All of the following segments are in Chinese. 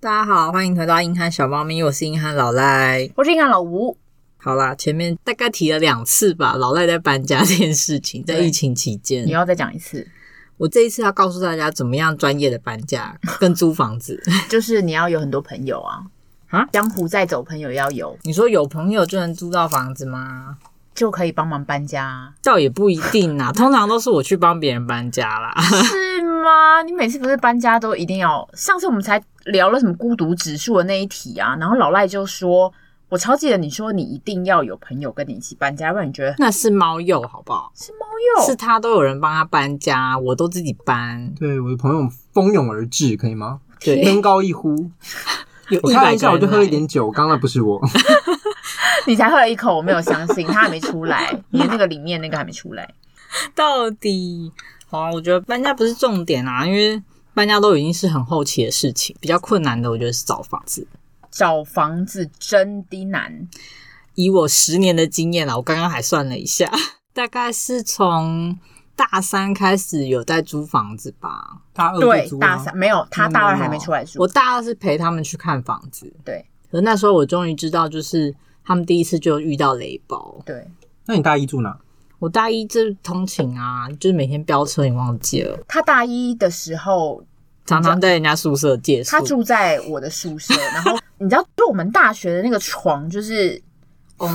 大家好，欢迎回到硬汉小猫咪，我是硬汉老赖。我是看老吴，好啦，前面大概提了两次吧，老赖在搬家这件事情，在对疫情期间你，要再讲一次，我这一次要告诉大家怎么样专业的搬家跟租房子。 就是你要有很多朋友啊，啊，江湖再走，朋友要有，你说有朋友就能租到房子吗？，就可以帮忙搬家、啊倒也不一定 啦，通常都是我去帮别人搬家啦。 是吗？你每次不是搬家都一定要？上次我们才聊了什么孤独指数的那一题啊，然后老赖就说，我超记得你说你一定要有朋友跟你一起搬家，不然你觉得那是猫鼬，好不好？是猫鼬是他都有人帮他搬家，我都自己搬。对，我的朋友蜂拥而至，可以吗？对，登高 一呼，有我一开百玩笑，我就喝了一点。点酒，刚刚那不是我， 你才喝了一口，我没有相信，他还没出 来，你的那个里面那个还没出来，到底好啊？我觉得搬家不是重点啊，因为搬家都已经是很后期的事情，比较困难的我觉得是找房子。找房子真的难，以我十年的经验啦，我刚刚还算了一下， 大概是从大三开始有在租房子吧。嗯大二对就租，大啊三没有，他大二还没出来住我，大二是陪他们去看房子，对可是那时候我终于知道，就是他们第一次就遇到雷包。对。那你大一住哪？我大一就是通勤啊，就是每天飙车，你忘记了，他大一的时候，常常在人家宿舍借宿。他住在我的宿舍，然后你知道，就我们大学的那个床就是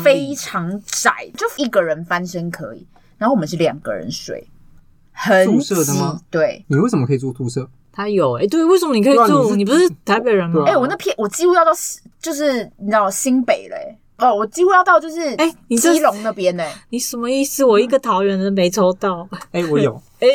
非常窄，就一个人翻身可以，然后我们是两个人睡，很挤宿舍的吗。对，你为什么可以住宿舍？他有哎、对，为什么你可以对啊住？你是你不是台北人吗？哎、对啊我那片我几乎要到就是你知道新北嘞、哦，我几乎要到就是哎你这基隆那边嘞、你什么意思？我一个桃园人没抽到。 哎，我有，哎、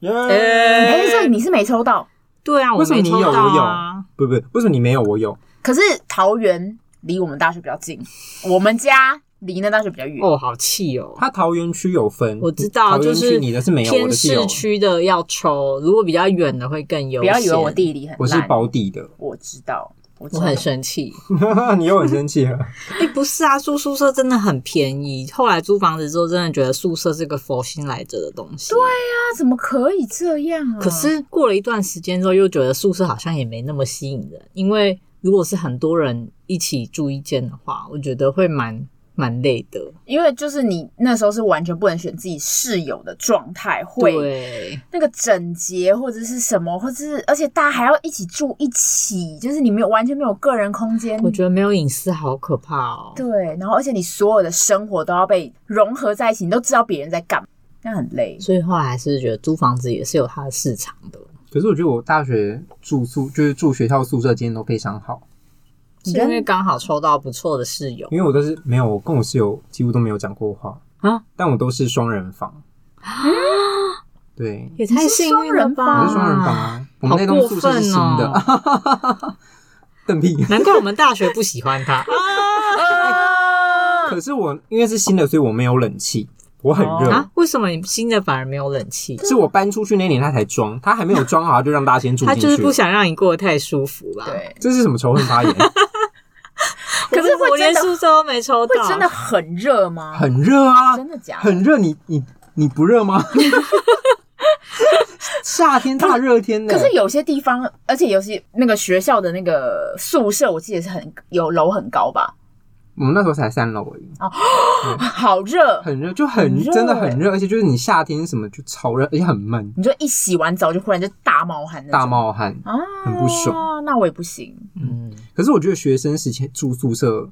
耶哎哎、所以你是没抽到，对啊，我为什么没你抽有？到我啊有。，不不，为什么你没有？我有。可是桃园离我们大学比较近，我们家离那大学比较远。哦，好气哦！它桃园区有分，我知道，桃就园是区你的是没有，我偏的是有市。区的要抽，如果比较远的会更优不先。要以为我，地理很烂，我是保底的，我知道，我知我道很生气。 你又很生气了。哎、不是啊，住宿舍真的很便宜。后来租房子之后，真的觉得宿舍是个佛心来着的东西。对、那怎么可以这样啊？可是过了一段时间之后，又觉得宿舍好像也没那么吸引人，因为如果是很多人一起住一间的话，我觉得会蛮蛮累的。因为就是你那时候是完全不能选自己室友的状态，会对，那个整洁或者是什么，或者是而且大家还要一起住一起，就是你没有完全没有个人空间。我觉得没有隐私好可怕哦。对，然后而且你所有的生活都要被融合在一起，你都知道别人在干嘛，那很 累。所以后来还是觉得租房子也是有它的市场的。可是我觉得我大学住宿就是住学校宿舍，经验都非常好，你就因为刚好抽到不错的室友因为我都是没有，我跟我室友几乎都没有讲过话。啊，但我都是双人房。对，也太幸运了吧！我啊是双人房啊，我好们那栋过宿舍是分新的，哦！ 邓屁。难怪我们大学不喜 欢他。啊可是我因为是新的，所以我没有冷气，我很热。啊，为什么你新的反而没有冷气？是我搬出去那年他才装，他还没有装好，他就让大家先住进他去。就是不想让你过得太舒服吧？。对，这是什么仇恨发言？ 可是可是我会连真的宿舍都没抽到，会真的很热吗？很热啊，真的假的？很热，你你你不热吗？ 夏天大热天的，可是有些地方，而且有些那个学校的那个宿舍，我记得是很有楼很高吧，我们那时候才三楼而已，好热。很热就很很热真的很欸热，而且就是你夏天什么就超热，而且很闷，你就一洗完澡就忽然就大冒汗那种，大冒汗。啊，很不爽。那我也不行，嗯，可是我觉得学生时期住宿舍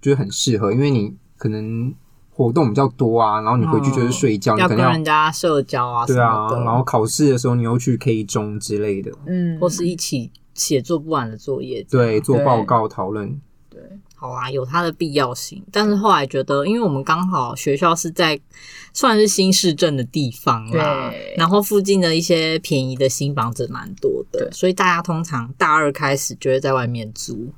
就是很适合，因为你可能活动比较多啊，然后你回去就是睡觉，你嗯要可跟能要人家社交啊什对啊么，的，然后考试的时候你又去 K 中之类的，嗯，或是一起写做不完的作业。对，做对报告讨论，对，好啦，有它的必要性。但是后来觉得，因为我们刚好学校是在算是新市镇的地方啦对，然后附近的一些便宜的新房子蛮多的，对所以大家通常大二开始就会在外面租。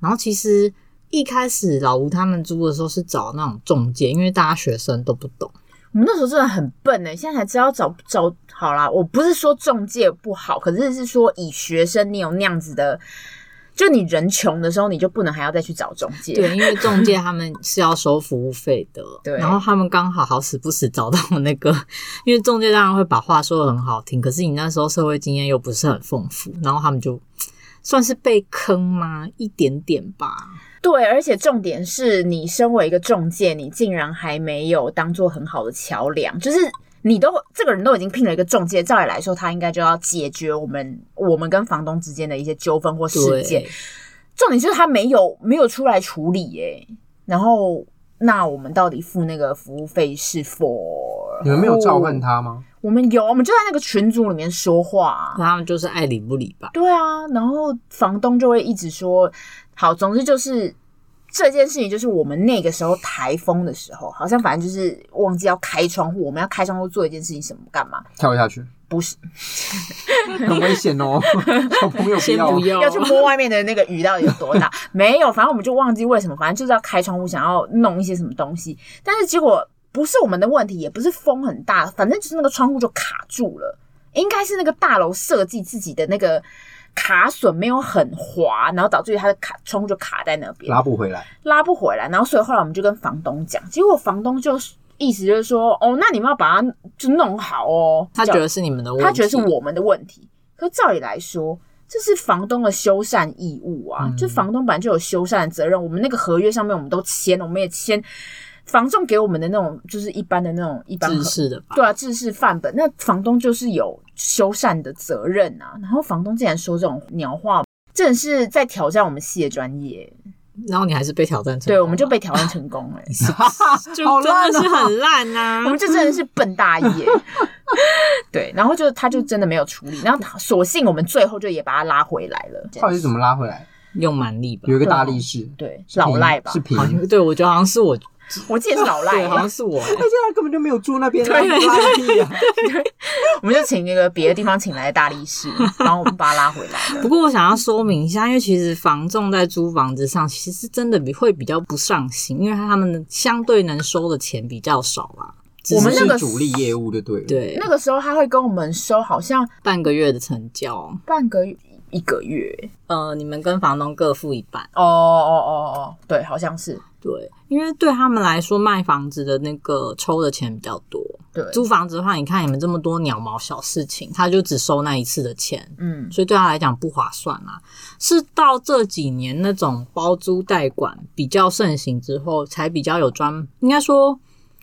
然后其实一开始老吴他们租的时候是找那种中介，因为大家学生都不懂。我们那时候真的很笨呢、现在才知道找找好啦。我不是说中介不好，可是是说以学生你有那样子的，就你人穷的时候，你就不能还要再去找中介。对，因为中介他们是要收服务费的， 对然后他们刚好好死不死找到那个，因为中介当然会把话说的很好听，可是你那时候社会经验又不是很丰富，然后他们就算是被坑吗？一点点吧。对，而且重点是你身为一个中介，你竟然还没有当做很好的桥梁，就是你都这个人都已经聘了一个中介，照理来说他应该就要解决我们我们跟房东之间的一些纠纷或事件对。，重点是他没有没有出来处理耶、然后那我们到底付那个服务费是否？哦你们没有召哦唤他吗？我们有，我们就在那个群组里面说话、啊。他们就是爱理不理吧。对啊，然后房东就会一直说，好，总之就是这件事情，就是我们那个时候台风的时候，好像反正就是忘记要开窗户，我们要开窗户做一件事情，什么干嘛？跳下去不是 很危险 哦，小朋友不先要不要要去摸外面的那个雨到底有多大？没有，反正我们就忘记为什么，反正就是要开窗户，想要弄一些什么东西，但是结果不是我们的问题，也不是风很大，反正就是那个窗户就卡住了，应该是那个大楼设计自己的那个。卡榫没有很滑，然后导致于它的卡窗户就卡在那边，拉不回 来。拉不回来，然后所以后来我们就跟房东讲，结果房东就意思就是说，哦，那你们要把它就弄好哦。他觉叫得是你们的问题，他觉得是我们的问题，可照理来说，这是房东的修缮义务啊，嗯就房东本来就有修缮的责任。我们那个合约上面我们都签了，我们也签房仲给我们的那种就是一般的那种一般合自视的吧？对啊，制式范本，那房东就是有修缮的责任啊。然后房东竟然说这种鸟话，真的是在挑战我们系的专业。然后你还是被挑战成功了，对，我们就被挑战成功 了、就好烂真的是很烂啊呐、我们就真的是笨大 爷。对，然后就他就真的没有处理，然后索性我们最后就也把他拉回来了。这到样底是怎么拉回来？用蛮力吧有一？个大力士，对，是平老赖吧是，平，好像对，我觉得好像是我，我记得是 老赖对，，好像是我、但是他根本就没有住那边，对拉拉屁啊！我们就请那个别的地方请来的大力 士，然后我们把他拉回来了。不过我想要说明一下，因为其实房仲在租房子上，其实真的比会比较不上心，因为他们相对能收的钱比较少啦。只我是们那是个主力业务就对了，，对那个时候他会跟我们收好像半个月的成交，半个月一个月，呃，你们跟房东各付一半。哦哦哦哦，对，好像是对，因为对他们来说，卖房子的那个抽的钱比较多。对，租房子的话，你看你们这么多鸟毛小事情，他就只收那一次的钱，嗯，所以对他来讲不划算啦、是到这几年那种包租代管比较盛行之后，才比较有专，应该说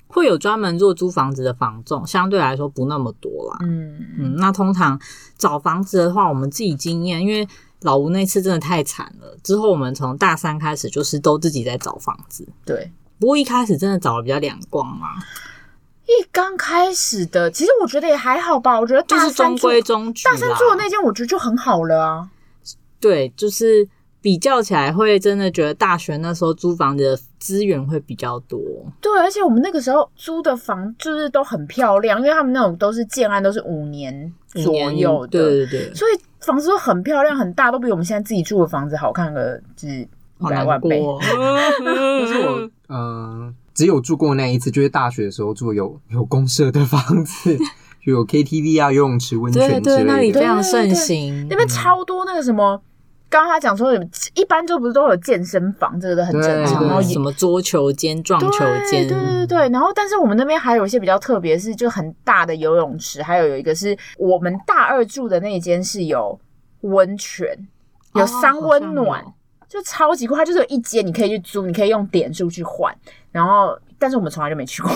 会有专门做租房子的房仲，相对来说不那么多啦。嗯，嗯，那通常找房子的话，我们自己经验，因为老吴那次真的太惨了，之后我们从大三开始就是都自己在找房子。对。不过一开始真的找的比较两光嘛，一刚开始的，其实我觉得也还好吧，我觉得就大是三中做规中矩啦。大三做的那间，我觉得就很好了啊。对，就是比较起来，会真的觉得大学那时候租房子的资源会比较多。对，而且我们那个时候租的房就是都很漂亮，因为他们那种都是建案，都是五年左右的，对对对，所以房子都很漂亮、很大，都比我们现在自己住的房子好看个就是一好百难万倍。 过、哦。但 是我嗯、只有住过那一次，就是大学的时候住有有公社的房 子，就有 KTV 啊、游泳池、温对泉之对，那类里的。非常盛行那。边超多那个什么，刚刚他讲说，一般就不是都有健身房，这个都很正对常，对。然后也什么桌球间、撞球对对间，对对，然后但是我们那边还有一些比较特别，是就很大的游泳池，还有有一个是我们大二住的那一间是有温泉，有三温暖，哦就超级酷。它就是有一间你可以去租，你可以用点数去换，然后但是我们从来就没去过。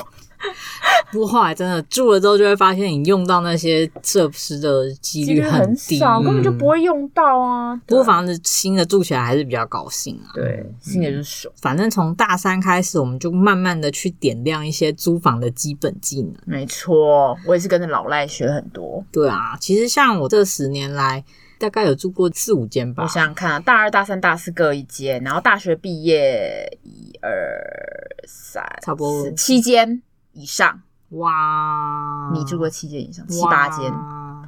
不过后来真的住了之后，就会发现你用到那些设施的几 几率很很低。嗯少，嗯根本就不会用到啊。不过对房子新的住起来还是比较高兴啊。对，心里就是爽，反正从大三开始，我们就慢慢的去点亮一些租房的基本技能。没错。我也是跟着老赖学了很多。对啊，其实像我这十年来，大概有住过四五间吧我。想想看啊，大二、大三、大四各一间，然后大学毕业一二三，差不多四七间以上。哇，你住过七间以上，七哇八间，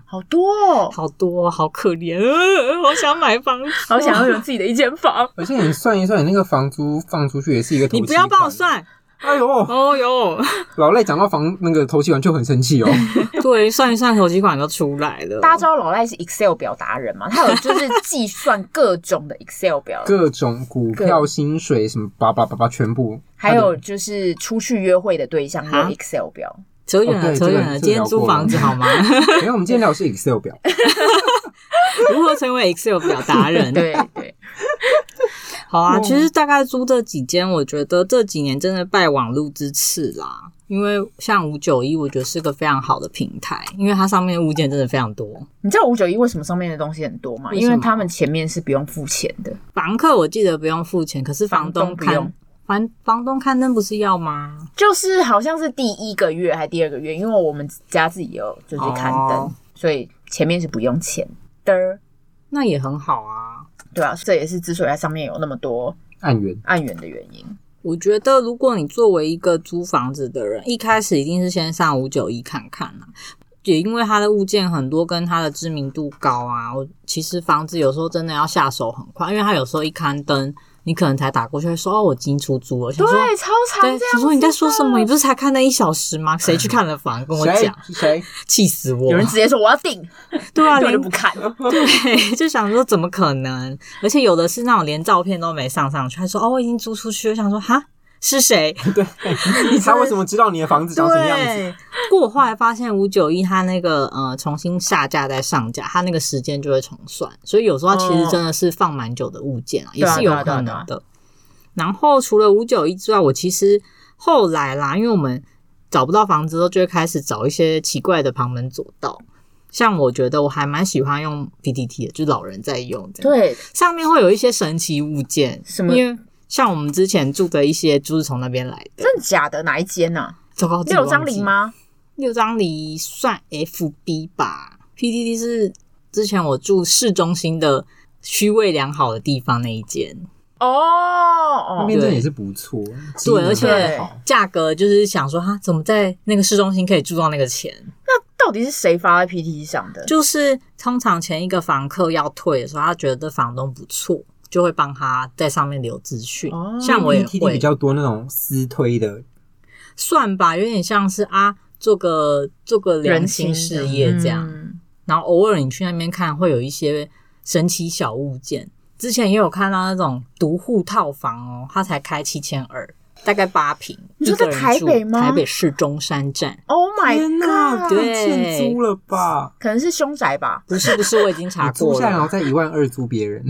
好多哦，好多，好可怜，呃我想买房子，哦好想要有自己的一间房而且你算一算，你那个房租放出去也是一个投你期款。不要帮我。算哎呦，哦哟，老赖讲到房那个投期款就很生 气哦。对，算一算，手机款都出来 了。大家知道老赖是 Excel 表达人嘛？他有就是计算各种的 Excel 表，各种股票、薪水什么叭叭叭叭，全部。哎还有就是出去约会的对象也有啊 Excel 表。扯远了，哦对扯远了，这个今天租房子好吗？ 哎，我们今天聊的是 Excel 表，如何成为 Excel 表达 人？对对，好啊，其实大概租这几间，我觉得这几年真的拜网络之赐啦。因为像五九一，我觉得是个非常好的平台，因为它上面的物件真的非常多。你知道五九一为什么上面的东西很多吗？为什因么为他们前面是不用付钱的，房客我记得不用付钱，可是房东房东不看用房房东刊登不是要吗？就是好像是第一个月还第二个月，因为我们家自己有就是刊登，哦所以前面是不用钱的，那也很好啊。对啊，这也是之所以它上面有那么多按源案源的原因。我觉得，如果你作为一个租房子的人，一开始一定是先上五九一看看啊。也因为它的物件很多，跟它的知名度高啊，我其实房子有时候真的要下手很快，因为它有时候一刊登，你可能才打过去说哦，我已经出租了，想说对，超长这样对，子。想说你在说什么？你不是才看那一小时吗？谁 去看了房？跟我谁讲，谁？气死我！有人直接说我要 订，对根本啊，就连不看。 对，就想说怎么可能？而且有的是那种连照片都没上上去，他说哦我已经租出去了，我想说哈是谁？他为什么知道你的房子长什么样子？对，过我后来发现五九一它那个呃重新下架再上架，它那个时间就会重算，所以有时候它其实真的是放蛮久的物件啊，也哦对啊是有对啊可对啊能对啊的。然后除了五九一之外，我其实后来啦，因为我们找不到房子之后，就会开始找一些奇怪的旁门左道。像我觉得我还蛮喜欢用 PTT 的，就是老人在用这样。对，上面会有一些神奇物件，什么因为像我们之前住的一些，就是从那边来的。真的假的？哪一间呢？糟糕，自己六张忘记梨？吗？六张梨算 FB 吧，PTT 是之前我住市中心的虚位良好的地方那一间，哦那哦，边真的也是不错，机对，能而很且好价格就是想说哈，怎么在那个市中心可以住到那个钱？到底是谁发在 PTT 上的？就是通常前一个房客要退的时候，他觉得房东不错，就会帮他在上面留资讯。哦像我也 T 会 T 比较多那种私推的，算吧，有点像是啊，做个做个良心事业这样。嗯然后偶尔你去那边看，会有一些神奇小物件。之前也有看到那种独户套房哦，它才开七千二，大概八平。你说在一个人台北住吗台北市中山站。 Oh my 天 god！哪，太对欠租了吧？可能是凶宅吧。不是不是，我已经查你租过下来然后了。再一万二租 别人，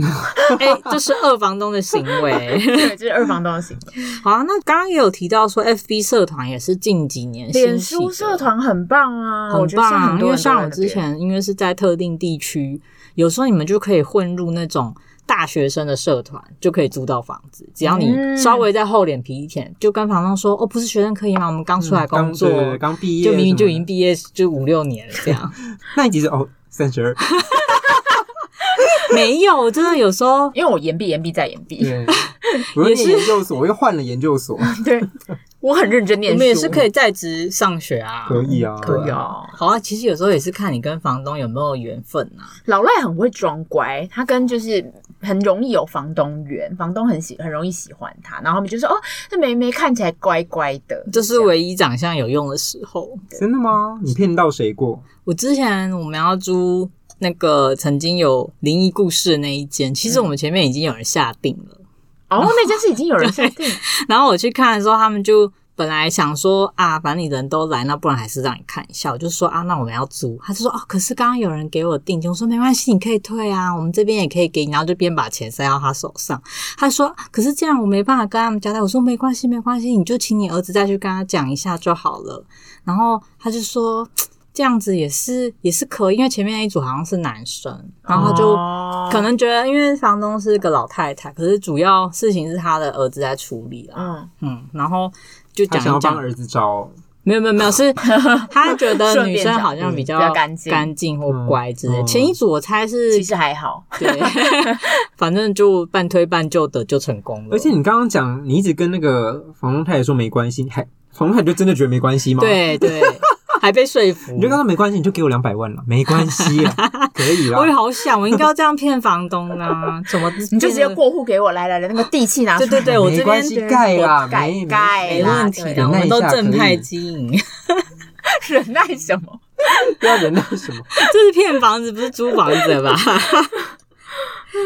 哎、这是二房东的行为。 对，这是二房东的行为。好、啊，那刚刚也有提到说，FB 社团也是近几年脸兴起书的社团很棒啊，我很觉得棒现在啊！很因多为人都在像那我边之前，因为是在特定地区，有时候你们就可以混入那种大学生的社团，就可以租到房子。只要你嗯稍微再厚脸皮一点，就跟房东说：“哦，不是学生可以吗？我们刚出来工作，嗯刚对刚毕业就明明就已什经么的，毕业就五六年了，这样 那你其实哦三十二，没有真的有时候因为我延毕延毕再延毕，对，我又也是念研究所，我又换了研究所，对我很认真 念我书，们也是可以在职上学啊。可以啊，可以。哦。好啊，其实有时候也是看你跟房东有没有缘分啊。老赖很会装乖，他跟就是很容易有房东缘，房东很喜很容易喜欢他，然后他们就说哦，这梅梅看起来乖乖的，这是唯一长相有用的时候。真的吗？你骗到谁过？我之前我们要租那个曾经有灵异故事的那一间，其实我们前面已经有人下定了。哦，那件事已经有人下定，然后我去看的时候，他们就本来想说啊，反正你人都来，那不然还是让你看一下。我就说啊，那我们要租，他就说哦，可是刚刚有人给我定金，我说没关系，你可以退啊，我们这边也可以给你，然后就边把钱塞到他手上。他说可是这样我没办法跟他们交代，我说没关系，没关系，你就请你儿子再去跟他讲一下就好了。然后他就说。嘖这样子也是也是可以，因为前面那一组好像是男生， 然后他就哦可能觉得，因为房东是个老太太，可是主要事情是他的儿子在处理啦。嗯，嗯，然后就他想讲要一帮讲，儿子找没有没有没有， 是他觉得女生好像顺便比讲嗯较比较干净干净或乖之类嗯的。嗯前一组我猜是 其实还好，对，反正就半推半就的就成功了。而且你刚刚讲，你一直跟那个房东太太说没关系，还房东太太就真的觉得没关系吗？，对对， 还被说服你就。跟他没关系，你就给我两百万了，没关系啊， 可以啦我也。好想，我应该要这样骗房东 啊？怎么你就直接变得？过户给我，来来来，那个地契拿出对来，对对，我没这关边系，对盖啦，盖没盖没啦问题对啊的，啦我们都正派不基因。 忍耐什么？ 要忍耐什么。这是骗房子，不是租房子吧？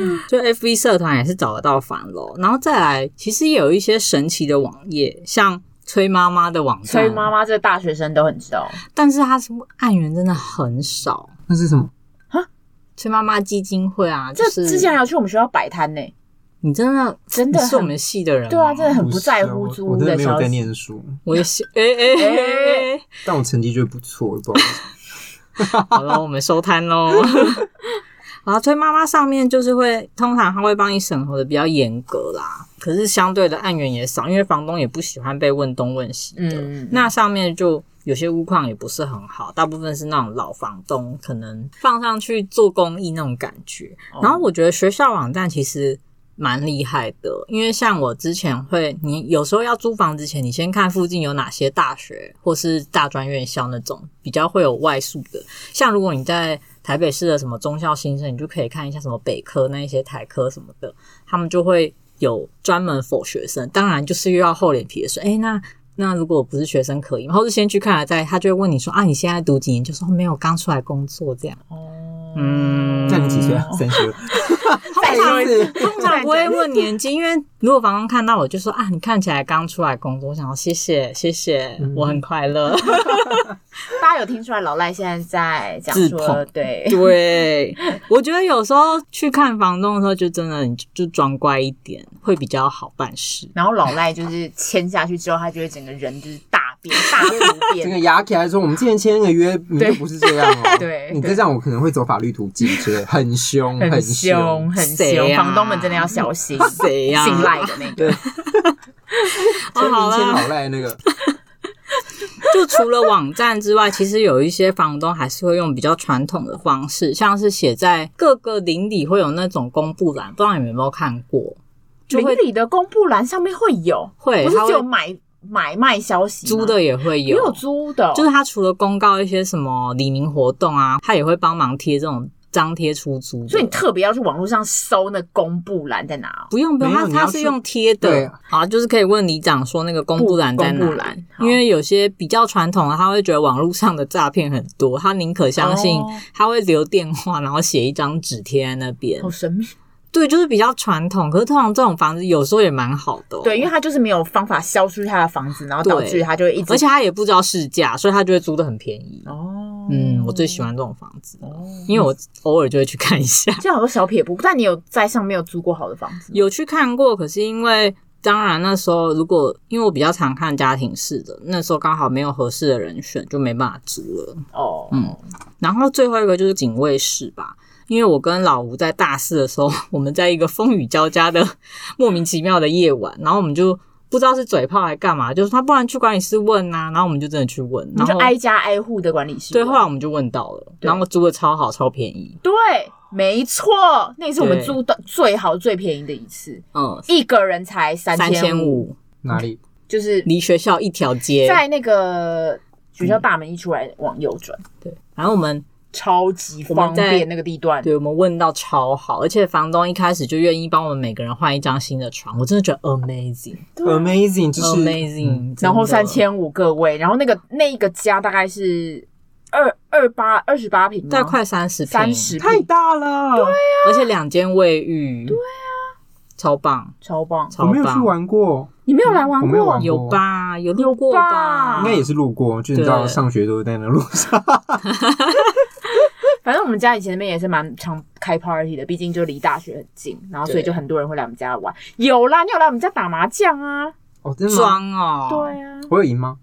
嗯就 F B 社团也是找得到房喽，然后再来，其实也有一些神奇的网页，像崔妈妈的网站，崔妈，妈这大学生都很知道，但是它是案源真的很少，那是什么？崔妈妈基金会啊，这就是之前还有去我们学校摆摊呢，你真的真你的是我很们系的人吗，对啊，真的很不不是在啊乎我租我屋真的的没有消在息。念书，我的系，哎哎哎，但我成绩就不错，我不知道为什么。好了，我们收摊喽。 然后推妈妈上面就是会，通常他会帮你审核的比较严格啦，可是相对的案源也少，因为房东也不喜欢被问东问西的。嗯，那上面就有些屋况也不是很好，大部分是那种老房东可能放上去做公益那种感觉。哦然后我觉得学校网站其实蛮厉害的，因为像我之前会，你有时候要租房之前，你先看附近有哪些大学或是大专院校那种比较会有外宿的。像如果你在台北市的什么中校新生，你就可以看一下什么北科那一些台科什么的，他们就会有专门否学生，当然就是又要厚脸皮的说，哎、那。那如果不是学生可以吗？或是先去看了再，他就会问你说啊，你现在读几年？就说没有，刚出来工作这样。哦，嗯，那你几岁啊？三十二。通再常说一次，通常不会问年纪，因为如果房东看到我就说啊，你看起来刚出来工作，我想要谢谢谢谢，嗯我很快乐。大家有听出来老赖现在在讲自说，捧 对，对，我觉得有时候去看房东的时候，就真的你就就装乖一点，会比较好办 事。然后老赖就是签下去之后，他就会整个人就是大变，大突整 变。个牙起来说，我们之前签那个约，你就不是这样 哦。对你再这样，我可能会走法律途径之类，很凶，很凶凶，。很谁凶，呀房东们真的要小心， 谁呀、信赖的那 个。对，哦签好啊名签啦老赖 那个，就除了网站之外，其实有一些房东还是会用比较传统的方式，像是写在各个邻里会有那种公布栏，不知道你们有没有看过？就邻会里的公布栏上面会有，会，不是他只有会买买卖消息吗，租的也会也有租的哦，就是他除了公告一些什么李明活动啊，他也会帮忙贴这种张贴出租的。所以你特别要去网络上搜那公布栏在哪哦。不用不用，没有他你他要是去用贴对的啊，就是可以问里长说那个公布栏在哪公布里栏好因为有些比较传统的，他会觉得网络上的诈骗很多，他宁可相信哦，他会留电话，然后写一张纸贴在那边好。神秘。哦对，就是比较传统，可是通常这种房子有时候也蛮好的哦、对，因为他就是没有方法消除他的房子，然后导致对他就会一直而且他也不知道市价，所以他就会租的很便宜。哦，嗯，我最喜欢这种房子了，哦，因为我偶尔就会去看一下。这好多小撇步。但你有在上面有租过好的房子吗？有去看过，可是因为当然那时候如果因为我比较常看家庭式的，那时候刚好没有合适的人选，就没办法租了。哦，嗯然后最后一个就是警卫室吧，因为我跟老吴在大四的时候，我们在一个风雨交加的莫名其妙的夜晚，然后我们就。不知道是嘴炮还干嘛，就是他不然去管理室问呐、然后我们就真的去问，你然就后挨家挨户的管理室。对，后来我们就问到了，对然后租的超好，超便宜，对，没错，那是我们对租的最好最便宜的一次，嗯，一个人才三三千五，五，哪里？就是离学校一条街，在那个学校大门一出来往右转，对，然后我们超级我们方在便那个地段。对我们问到超好，而且房东一开始就愿意帮我们每个人换一张新的床，我真的觉得 amazing 对啊 Amazing，就是 amazing，、然后三，千五个位，然后那个那一个家大概是二二八二十八平吗，大概快三十平，三，十太平，大了。啊而且两间卫浴，对啊，超棒，超棒！超我棒，没有去，玩过，你没有来玩我没有过玩，有吧？有路过吧？有吧应该也是路过，就你知道对上学都是在那路上。 反正我们家以前那边也是蛮常开 party 的，毕竟就离大学很近，然后所以对就很多人会来我们家玩。有啦，你有来我们家打麻将啊？哦，真的吗？装哦，对啊，我有赢吗？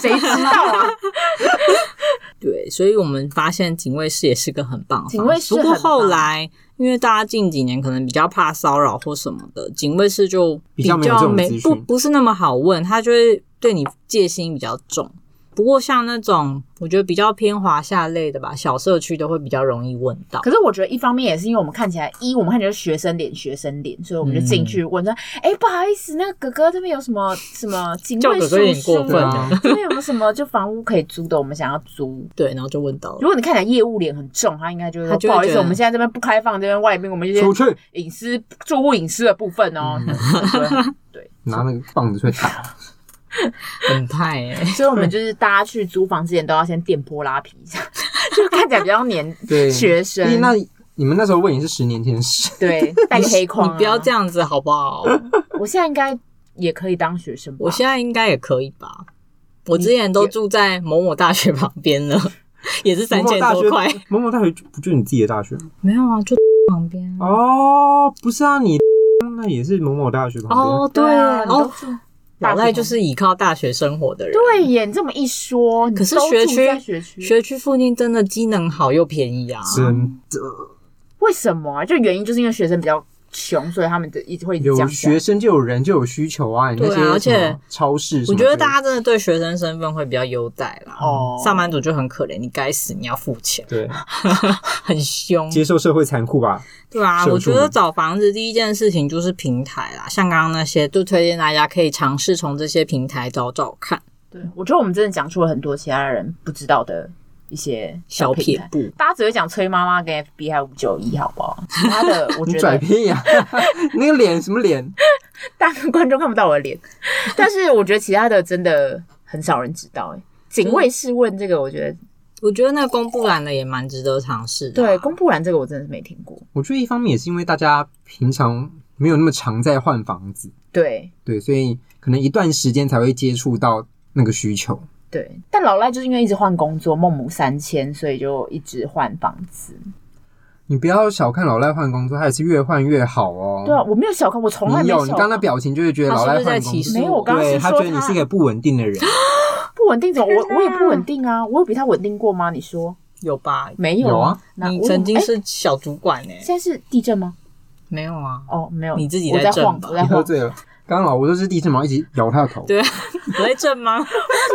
谁知道啊？ 对，所以我们发现警卫室也是个很棒的方式。警卫室不过很棒后来，因为大家近几年可能比较怕骚扰或什么的，警卫室就比较没有这较种没资讯不不是那么好问，他就会对你戒心比较重。不过像那种我觉得比较偏华夏类的吧，小社区都会比较容易问到。可是我觉得一方面也是因为我们看起来，一我们看起来就是学生脸，学生脸，所以我们就嗯进去问说：“哎、不好意思，那个哥哥这边有什么什么警叫卫哥叔哥有点叔过分对啊？啊，这边有没有什么就房屋可以租的？我们想要租。” 对，然后就问到如了。果你看起来业务脸很重，他应该就会他说就会不好意觉思，得我们现在这边不开放，这边外面我们一些出去隐私住户隐私的部分哦。嗯对，拿那个棒子出来打。 很派哎、 所以我们就是大家去租房之前都要先电波拉皮一下， 就看起来比较年对，学生因为那你们那时候问你是十年前的事，对，戴个黑框、你不要这样，样子好不好？我现在应该也可以当学生吧？我现在应该也可以吧？我之前都住在某某大学旁边了， 也是三某某千大学多块。，某某大学不就你自己的大学吗？没有啊，就旁边啊。哦，不是啊，你那也是某某大学旁边。哦，对啊，啊，你都哦，住大老学赖旁就是依靠大学生活的人。对耶，你这么一说，你可是都学住在区学区学区附近真的机能好又便宜啊。真的为什么啊？就原因就是因为学生比较穷，所以他们的一直会一直有降价学生就有人就有需求啊，你那对啊些而且什么超市我什么觉的，得大家真的对学生身份会比较优待啦。哦上班族就很可怜，你该死，你要付钱， 对很凶。接受社会残酷吧，对啊，社畜我觉得们找房子第一件事情就是平台啦，像刚刚那些，就推荐大家可以尝试从这些平台找找看对，我觉得我们真的讲出了很多其他人不知道的一些小品撇牌。步。大家只会讲崔妈妈跟 FB 还有五九一，好不好？其他 的我你觉得拽屁呀、 那个脸什么脸？大家观众看不到我的脸， 但是我觉得其他的真的很少人知道、哎，警卫试问这个，我觉得我觉得那公布栏的也蛮值得尝试的啊、对公布栏这个我真的是没听过。我觉得一方面也是因为大家平常没有那么常在换房子，对对，所以可能一段时间才会接触到那个需求。对，但老赖就是因为一直换工作，孟母三迁，所以就一直换房子。你不要小看老赖换工作，他也是越换越好哦。对啊，我没有小看，我从来你没有，小你刚看刚那表情就会觉得老他赖是不是在换工歧作，视没有我？我刚刚对是他说觉得你是一个不稳定 的人。不稳定怎么？我天哪我也不稳定啊，我有比他稳定过吗？你说有吧？没有有啊？那你我曾经哎是小主管呢、现在是地震吗？没有啊？哦，没有，你自己我在在震晃，吧我在你喝晃。醉了，刚刚老吴都是地震毛一直摇他的头。 对啊，我在震 吗？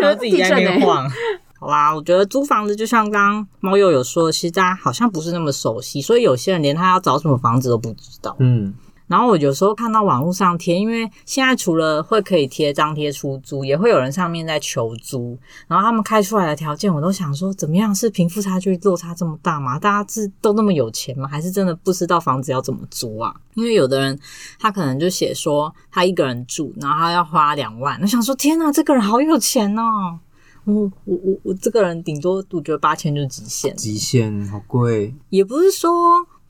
然后自己在那欸边晃。好啦，我觉得租房子就像刚刚猫友有说的，其实大家好像不是那么熟悉，所以有些人连他要找什么房子都不知道。嗯，然后我有时候看到网络上贴，因为现在除了会可以贴张贴出租，也会有人上面在求租，然后他们开出来的条件，我都想说，怎么样是贫富差距落差这么大吗？大家是都那么有钱吗？还是真的不知道房子要怎么租啊？因为有的人他可能就写说他一个人住，然后他要花两万，我想说天哪，这个人好有钱哦！我我我我这个人顶多我觉得八千就极限了，极限好贵，也不是说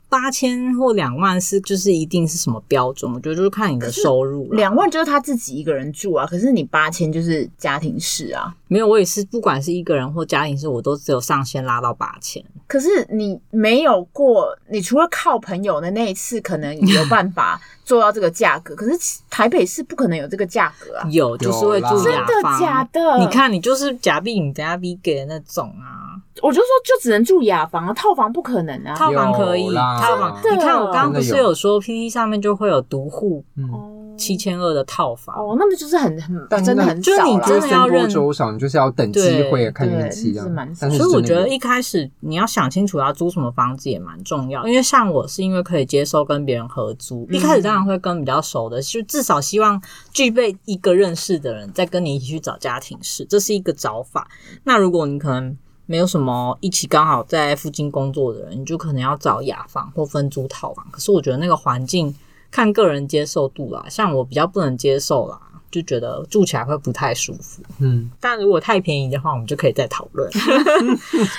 八千或两万是就是一定是什么标准，我觉得就是看你的收入啦。两万就是他自己一个人住啊，可是你八千就是家庭式啊。没有，我也是，不管是一个人或家庭是，我都只有上限拉到八千。可是你没有过，你除了靠朋友的那一次，可能有办法做到这个价 格。可是台北市不可能有这个价格啊！有就是会住真雅的房，假的？你，看你就是假币引假币给的那种啊，我就说就只能住雅房啊，套房不可能啊。套房可以，有啦套房。真的你看我刚刚不真是的有有说 P P 上面就会有独户嗯，哦七千二的套房，哦，那么就是很很但真的那很就是少你啦真的要僧多认粥少，你就是要等机会对看运对气啊是蛮。但是所以我觉真得的有一开始你要想清楚要租什么房子也蛮重要，因为像我是因为可以接受跟别人合租，嗯一开始当然会跟比较熟的，就至少希望具备一个认识的人再跟你一起去找家庭式，这是一个找法。那如果你可能没有什么一起刚好在附近工作的人，你就可能要找雅房或分租套房。可是我觉得那个环境看个人接受度啦，像我比较不能接受啦，就觉得住起来会不太舒服。嗯，但如果太便宜的话，我们就可以再讨 论。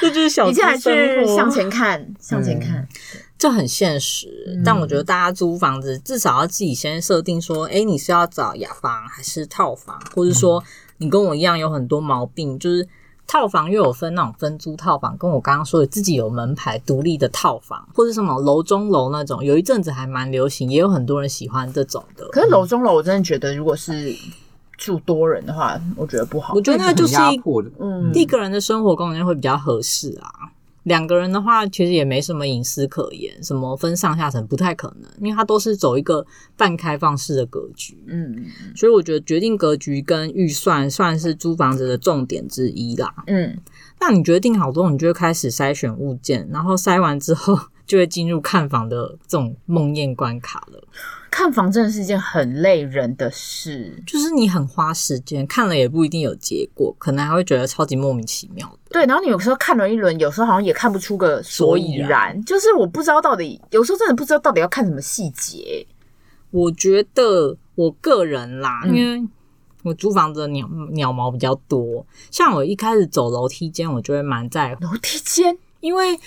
这就是小你资竟然生是活向前看，向前看。这很现实。嗯但我觉得大家租房子至少要自己先设定说，哎，你是要找雅房还是套房，或者说嗯你跟我一样有很多毛病，就是套房又有分那种分租套房，跟我刚刚说的自己有门牌独立的套房，或者什么楼中楼那种，有一阵子还蛮流行，也有很多人喜欢这种的。可是楼中楼，我真的觉得如果是住多人的话，我觉得不好我。觉得那就是很一压迫的，嗯，一个人的生活空间会比较合适啊。两个人的话，其实也没什么隐私可言，什么分上下层不太可能，因为它都是走一个半开放式的格局。嗯所以我觉得决定格局跟预算算是租房子的重点之一啦。嗯，那你决定好之后，你就会开始筛选物件，然后筛完之后就会进入看房的这种梦魇关卡了。看房真的是一件很累人的事。就是你很花时间，看了也不一定有结果，可能还会觉得超级莫名其妙的。对，然后你有时候看了一轮，有时候好像也看不出个所以啊所以然，就是我不知道到底，有时候真的不知道到底要看什么细节。我觉得我个人啦，嗯因为我租房子的鸟鸟毛比较多，像我一开始走楼梯间，我就会蛮在乎，楼梯间，因为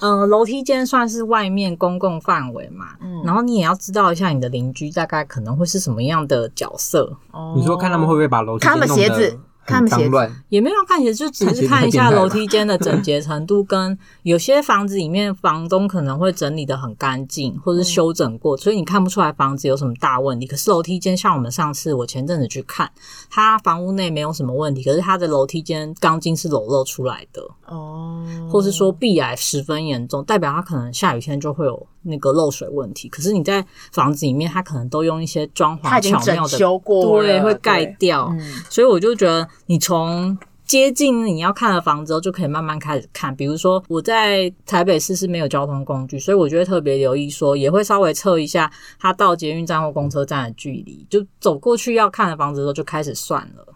呃楼梯间算是外面公共范围嘛，嗯然后你也要知道一下你的邻居大概可能会是什么样的角色，哦你说看他们会不会把楼梯看他们弄得鞋子看很不起脏乱，也没有看鞋，就只看起是来看一太下变态了楼梯间的整洁程度，跟有些房子里面房东可能会整理的很干净，或是修整过，所以你看不出来房子有什么大问题。可是楼梯间，像我们上次我前阵子去看，它房屋内没有什么问题，可是它的楼梯间钢筋是裸露出来的，哦，或是说壁癌十分严重，代表它可能下雨天就会有那个漏水问题。可是你在房子里面，它可能都用一些装他潢已经巧妙整的修过了，对，会盖对掉。嗯所以我就觉得，你从接近你要看的房子后，就可以慢慢开始看。比如说，我在台北市是没有交通工具，所以我就会特别留意说，也会稍微测一下它到捷运站或公车站的距离，就走过去要看的房子的时候就开始算了。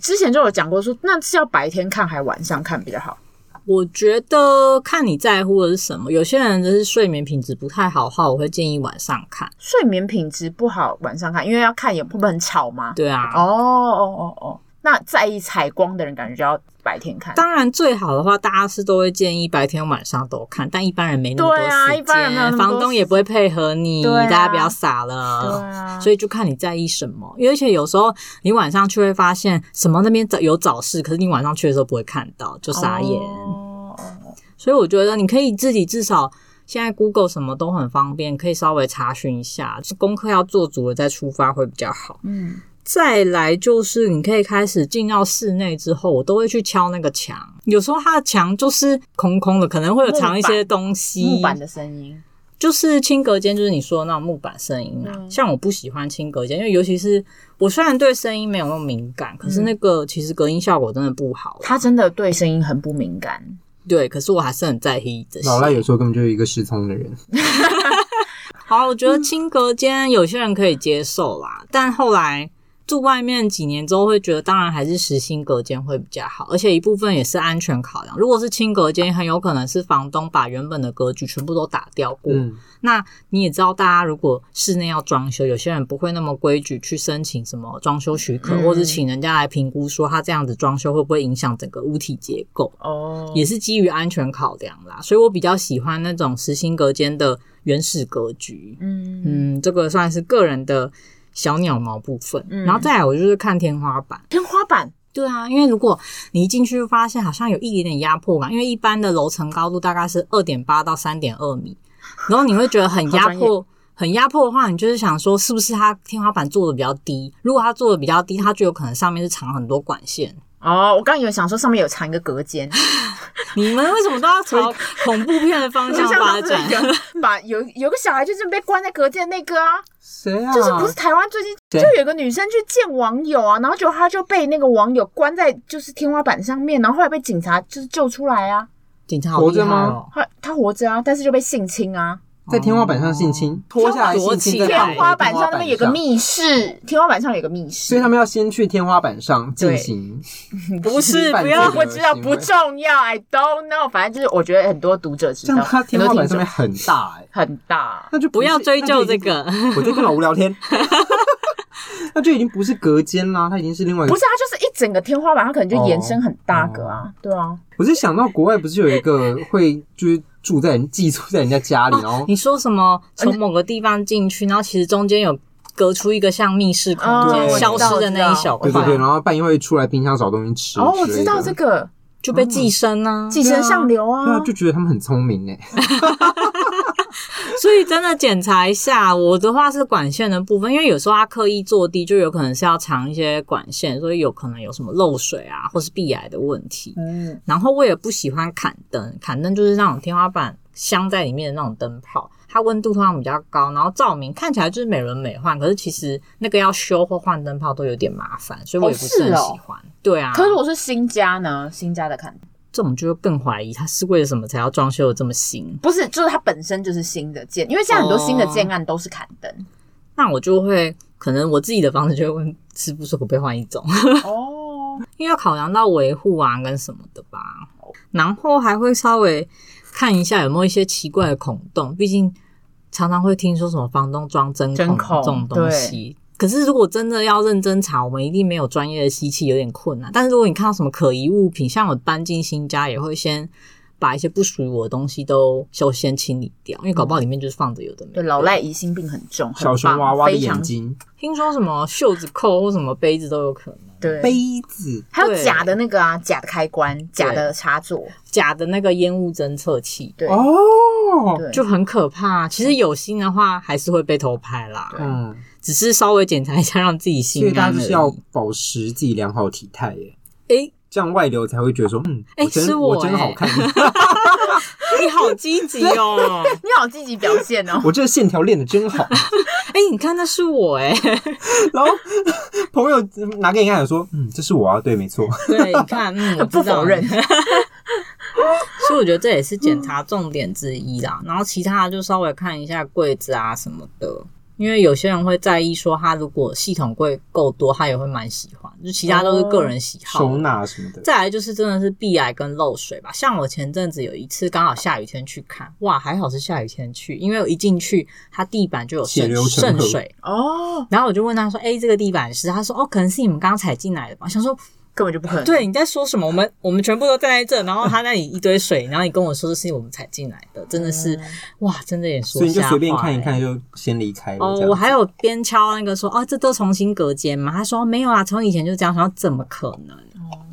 之前就有讲过说，那是要白天看还晚上看比较好？我觉得看你在乎的是什么。有些人就是睡眠品质不太好的话，我会建议晚上看。睡眠品质不好，晚上看，因为要看也会不会很吵吗？对啊，哦哦哦哦，那在意采光的人，感觉就要白天看。当然，最好的话，大家是都会建议白天晚上都看，但一般人没那么多时对间，啊一般人没有那么多房东也不会配合你，对啊大家不要傻对了。啊，所以就看你在意什么，因为而且有时候你晚上去会发现什么那边有早市，可是你晚上去的时候不会看到，就傻眼。哦哦所以我觉得你可以自己至少现在 Google 什么都很方便，可以稍微查询一下，就功课要做足了再出发会比较好。嗯，再来就是你可以开始进到室内之后，我都会去敲那个墙。有时候它的墙就是空空的，可能会有藏一些东西。木板的声音，就是轻隔间，就是你说的那种木板声音啊。嗯像我不喜欢轻隔间，因为尤其是我虽然对声音没有那么敏感，可是那个其实隔音效果真的不好。他真的对声音很不敏感。对，可是我还是很在意这些。老赖有时候根本就是一个失聪的人，好，我觉得轻隔间有些人可以接受啦，但后来住外面几年之后，会觉得当然还是实心隔间会比较好，而且一部分也是安全考量。如果是轻隔间，很有可能是房东把原本的格局全部都打掉过。嗯，那你也知道，大家如果室内要装修，有些人不会那么规矩去申请什么装修许可，嗯或者请人家来评估说他这样子装修会不会影响整个屋体结构。哦，也是基于安全考量啦，所以我比较喜欢那种实心隔间的原始格局。嗯，嗯，这个算是个人的小鸟毛部分。嗯然后再来，我就是看天花板。天花板对啊，因为如果你一进去就发现好像有一点点压迫感，因为一般的楼层高度大概是二点八到三点二米，然后你会觉得很好压 专业迫。很压迫的话，你就是想说，是不是它天花板做的比较低？如果它做的比较低，它就有可能上面是藏很多管线。哦，我刚以为想说上面有藏一个隔 间，你们为什么都要 朝恐怖片的方就向像发上次展那？ 个把有有个小孩就是被关在隔间那个啊，谁啊？就是不是台湾最近就对有个女生去见网友啊，然后结果她就被那个网友关在就是天花板上面，然后后来被警察就是救出来啊，警察好活厉着害吗哦！她她活着啊，但是就被性侵啊，在天花板上性哦侵，脱下来性侵对在天花板上上那边有个，密室，天花板上有个密室，所以他们要先去天花板上进行。不是，反 不正要这我个知道不重要，I don't know，反正就是我觉得很多读者知这道，样他很天花多板听上众面很大哎、很大，那就不是要追究这。个。那 就已经我在跟老吴聊天，那就已经不是隔间啦，它已经是另外一个不是，它就是一整个天花板，它可能就延伸很大个哦啊，对啊，我是想到国外不是有一个会就是住在人寄宿在人家家里，然后你说什么？从某个地方进去，然后其实中间有隔出一个像密室空哦间，我知道消失的那一小块对，对对，然后半夜会出来冰箱找东西吃之类哦的。，我知道这个就被寄生呢、寄生上流啊，对啊，就觉得他们很聪明哎，所以真的检查一下。我的话是管线的部分，因为有时候它刻意做低，就有可能是要藏一些管线，所以有可能有什么漏水啊，或是壁癌的问题。嗯，然后我也不喜欢砍灯，砍灯就是那种天花板镶在里面的那种灯泡，它温度通常比较高，然后照明看起来就是美轮美奂，可是其实那个要修或换灯泡都有点麻烦，所以我也不是很哦是哦喜欢。对啊，可是我是新家呢，新家的看，这种就会更怀疑它是为了什么才要装修的这么新，不是，就是它本身就是新的建，因为现在很多新的建案都是砍灯那我就会可能我自己的房子就会问师傅说可不可以换一种。哦，因为要考量到维护啊跟什么的吧，然后还会稍微看一下有没有一些奇怪的孔洞，毕竟常常会听说什么房东装针针孔孔这种东西。可是如果真的要认真查，我们一定没有专业的机器，有点困难。但是如果你看到什么可疑物品，像我搬进新家也会先。把一些不属于我的东西都就先清理掉，因为搞不好里面就是放着有的没对，的。老赖疑心病很重，很小熊棒娃娃的非常眼睛，听说什么袖子扣或什么杯子都有可能。对，杯子，还有假的那个啊，假的开关，假的插座，假的那个烟雾侦测器，对哦，对，就很可怕、其实有心的话，还是会被偷拍啦，嗯，只是稍微检查一下，让自己心所以大安家而就已。是要保持自己良好体态耶，诶这样外流才会觉得说，嗯，哎我真是我我真哎好看，。你好积极 哦！你好积极表现哦 我这线条练的真 好。哎、你看那是我哎、然后朋友拿给你看，说，嗯，这是我啊，对，没错，对，你看，嗯， 我不知道否认所以我觉得这也是检查重点之一啦。然后其他的就稍微看一下柜子啊什么的，因为有些人会在意说，他如果系统柜够多，他也会蛮喜欢。就其他都是个人喜好。收纳什么的。再来就是真的是避癌跟漏水吧，像我前阵子有一次刚好下雨天去看，哇，还好是下雨天去，因为我一进去它地板就有血渗流成渗河水，哦，然后我就问他说：“哎、这个地板是？”他说：“哦，可能是你们刚踩进来的吧。”我想说根本就不可能。：“对，你在说什么？我们我们全部都站在这，然后他那里一堆水，然后你跟我说这是我们踩进来的，真的是、哇，真的也说嗯所以你就瞎随便话看一欸看，就先离开了。哦这，样我还有边敲那个说：“哦，这都重新隔间嘛？”他说：“没有啊，从以前就这样。”然后怎么可能？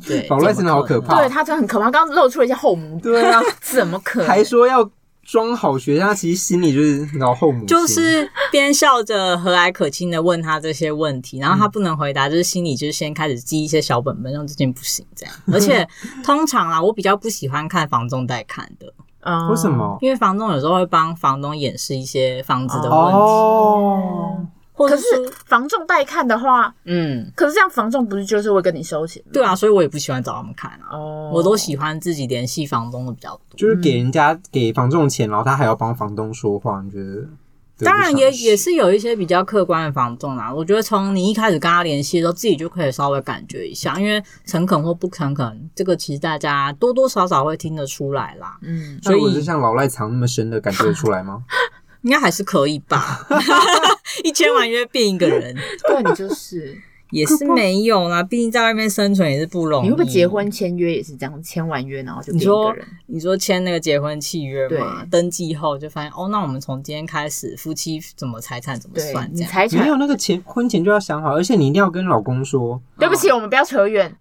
对，哦保罗怎真么的好可可能怕嗯对，他真的很可怕，刚刚露出了一些后母，对 啊，怎么可能？还说要装好学生，他其实心里就是老后母心，就是边笑着和蔼可亲的问他这些问题，然后他嗯不能回答，就是心里就是先开始记一些小本本，让这件不行这样。而 且通常啊，我比较不喜欢看房仲带看的，嗯为什？么？因为房仲有时候会帮房东掩饰一些房子的问题，哦，或者可是是说房仲带看的话，嗯，可是这样房仲不是就是会跟你收钱吗？对啊，所以我也不喜欢找他们看啊，哦，我都喜欢自己联系房东的比较多。就是给人家给房仲钱，然后他还要帮房东说话，你觉得得不偿失？当然也也是有一些比较客观的房仲啦，我觉得从你一开始跟他联系的时候，自己就可以稍微感觉一下，因为诚恳或不诚恳，这个其实大家多多少少会听得出来啦，嗯，那所如果是以像老赖藏那么深的感觉得出 来吗？应该还是可以 吧。一千万约变一个人对你就是，也是没有啦，毕竟在外面生存也是不容易。你会不会结？婚签约也是这样，签完约然后就你变一个说人？你说签那个结婚契约嘛，对登记后就发现哦，那我们从今天开始夫妻怎么财产怎么对算这你样。财没产有，那个前婚前就要想好，而且你一定要跟老公说，对不起，我们不要扯远。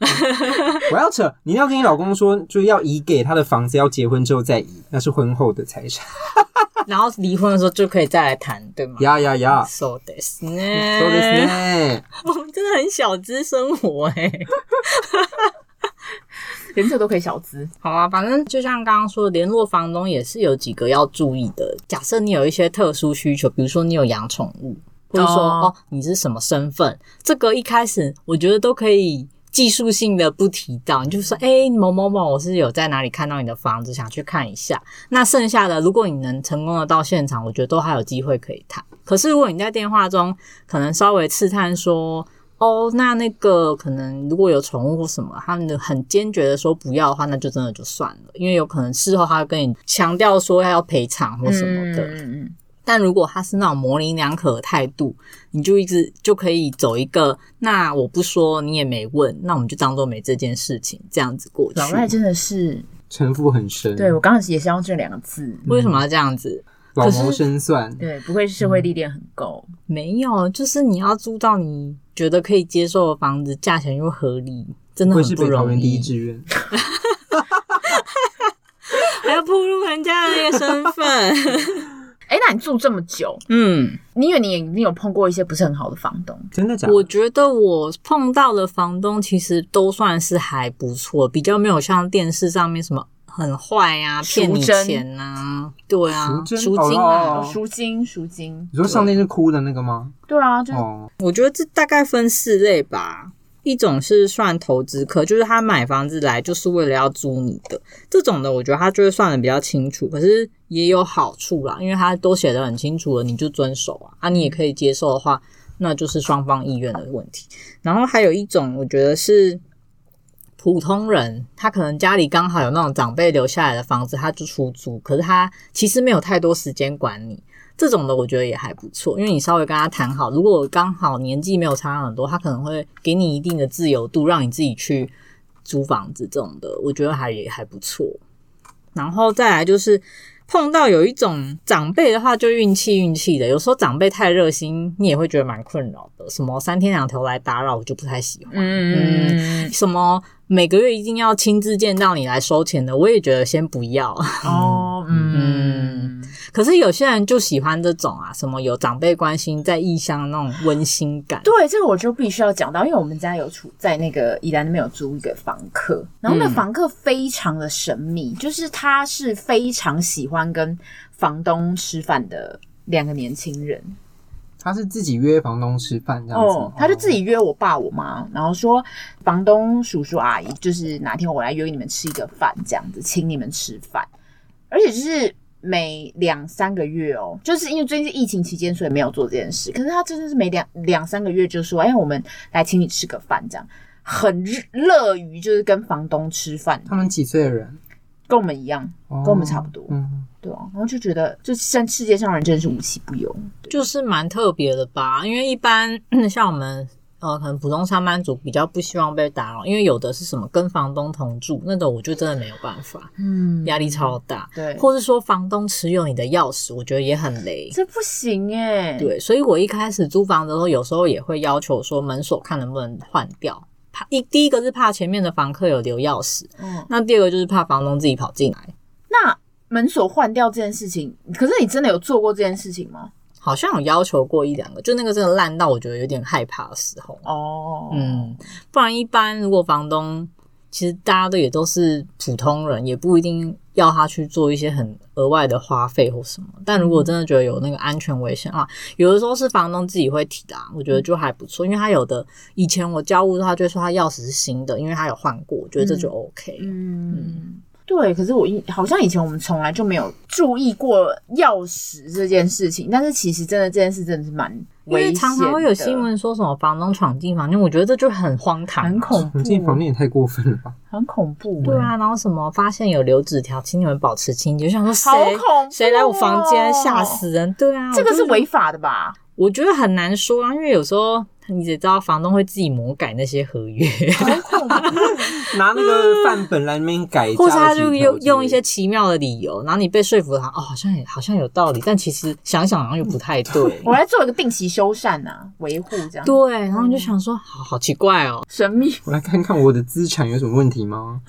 我要扯，你一定要跟你老公说，就是要移给他的房子，要结婚之后再移，那是婚后的财产。 然后离婚的时候就可以再来谈，对吗？呀呀呀！ So this 呢？说的是呢，我们 真的很小资生活哎、连这都可以小 资， 好啊，反正就像刚刚说的，联络房东也是有几个要注意的。假设你有一些特殊需求，比如说你有养宠物，或者说哦哦你是什么身份，这个一开始我觉得都可以。技术性的不提到，你就说，哎、某某某，我是有在哪里看到你的房子，想去看一下。那剩下的，如果你能成功的到现场，我觉得都还有机会可以谈。可是如果你在电话中可能稍微刺探说，哦，那那个可能如果有宠物或什么，他们很坚决的说不要的话，那就真的就算了，因为有可能事后他会跟你强调说要赔偿或什么的。嗯嗯但如果他是那种模棱两可的态度，你就一直就可以走一个，那我不说你也没问，那我们就当做没这件事情，这样子过去。老赖真的是，城府很深，对我刚刚也是用这两个字，嗯为什么要这样子？老可是谋深算，对，不愧是社会历练很够，没有，就是你要租到你觉得可以接受的房子，价钱又合理，真的会很是不北桃容园第一易。志愿。还要暴露人家的那个身份。 哎，那你住这么久，嗯，你以为你你有碰过一些不是很好的房东？真的假的？我觉得我碰到的房东其实都算是还不错，比较没有像电视上面什么很坏啊、赎骗你真钱啊，对啊，赎真赎金啊。哦赎金，赎金，你说上那是哭的那个吗？对啊，就是哦，我觉得这大概分四类吧。一种是算投资客，就是他买房子来就是为了要租你的，这种的我觉得他就会算的比较清楚，可是也有好处啦，因为他都写的很清楚了，你就遵守啊，啊你也可以接受的话，那就是双方意愿的问题。然后还有一种，我觉得是普通人，他可能家里刚好有那种长辈留下来的房子，他就出租，可是他其实没有太多时间管你。这种的我觉得也还不错，因为你稍微跟他谈好，如果刚好年纪没有差很多，他可能会给你一定的自由度，让你自己去租房子这种的，我觉得还也还不错。然后再来就是碰到有一种长辈的话，就运气运气的。有时候长辈太热心，你也会觉得蛮困扰的。什么三天两头来打扰，我就不太喜欢。嗯，什么每个月一定要亲自见到你来收钱的，我也觉得先不要。哦，嗯，可是有些人就喜欢这种啊，什么有长辈关心，在异乡那种温馨感。对，这个我就必须要讲到，因为我们家有处在那个宜兰那边有租一个房客，然后那嗯房客非常的神秘，就是他是非常喜欢跟房东吃饭的两个年轻人。他是自己约房东吃饭这样子，哦，他就自己约我爸我妈，然后说房东叔叔阿姨，就是哪天我来约你们吃一个饭，这样子请你们吃饭，而且就是每两三个月哦，就是因为最近是疫情期间，所以没有做这件事。可是他真的是每两两三个月就说，哎，我们来请你吃个饭，这样很热乐于就是跟房东吃饭，他们几岁的人，跟我们一样，跟跟我们差不多嗯，对啊，然后就觉得这现世界上人真的是无奇不有，就是蛮特别的吧，因为一般 像我们呃，可能普通上班族比较不希望被打扰，因为有的是什么跟房东同住那种，我就真的没有办法，嗯压力超大。对，或是说房东持有你的钥匙，我觉得也很雷。这不行哎、对，所以我一开始租房的时候，有时候也会要求说门锁看能不能换掉。怕一第一个是怕前面的房客有留钥匙，嗯。那第二个就是怕房东自己跑进来。那门锁换掉这件事情，可是你真的有做过这件事情吗？好像有要求过一两个，就那个真的烂到我觉得有点害怕的时候。哦，嗯，不然一般如果房东其实大家都也都是普通人，也不一定要他去做一些很额外的花费或什么。但如果真的觉得有那个安全危险啊，有的时候是房东自己会提的、啊，我觉得就还不错，因为他有的以前我交屋的话，就会说他钥匙是新的，因为他有换过，我觉得这就 OK。嗯，对。可是我一好像以前我们从来就没有注意过钥匙这件事情，但是其实真的这件事真的是蛮因危为险的，常常会有新闻说什么房东闯进房间，我觉得这就很荒唐啊、很恐 怖你，进房间也太过分了吧？很恐怖，对啊，然后什么发现有留纸条，请你们保持清洁，就想说谁好恐怖谁来我房间吓哦死人，对啊，这个是我就违法的吧？我觉得很难说啊，因为有时候你也知道房东会自己魔改那些合约， 很恐怖，拿那嗯个范本来那边改，或者他加了就几条用之类的用一些奇妙的理由，然后你被说服了，哦，好像也好像有道理，但其实想想好像又不太对。我来做一个定期修缮啊，维护这样，对，然后你就想说，好好奇怪哦，神秘我来看看我的资产有什么问题吗？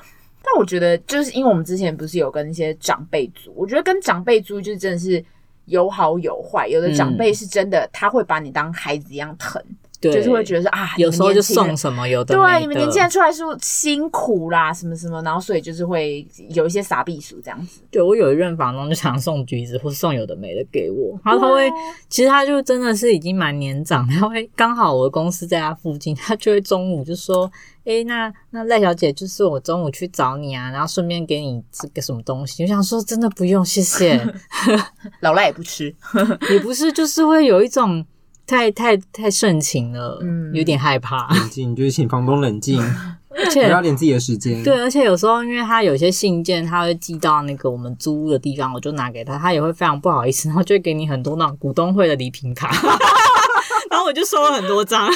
但我觉得，就是因为我们之前不是有跟一些长辈租，我觉得跟长辈租就是真的是有好有坏。有的长嗯辈是真的，他会把你当孩子一样疼，对，就是会觉得得说啊，有时候你就们送年轻人什么有的对，没你们的年轻人出来是不是辛苦啦，什么什么，然后所以就是会有一些傻避暑这样子。对我有一任房东就常送橘子或送有的没的给我，然后他会，其实他就真的是已经蛮年长，他会刚好我的公司在他附近，他就会中午就说，诶，那那赖小姐，就是我中午去找你啊，然后顺便给你这个什么东西，我想说真的不用，谢谢，老赖也不吃，也不是就是会有一种太太太盛情了，嗯有点害怕，冷静，就是请房东 冷静，而不且要点自己的时间。对，，而且有时候因为他有些信件，他会寄到那个我们租屋的地方，我就拿给他，他也会非常不好意思，然后就会给你很多那种股东会的礼品卡， 然后我就收了很多张。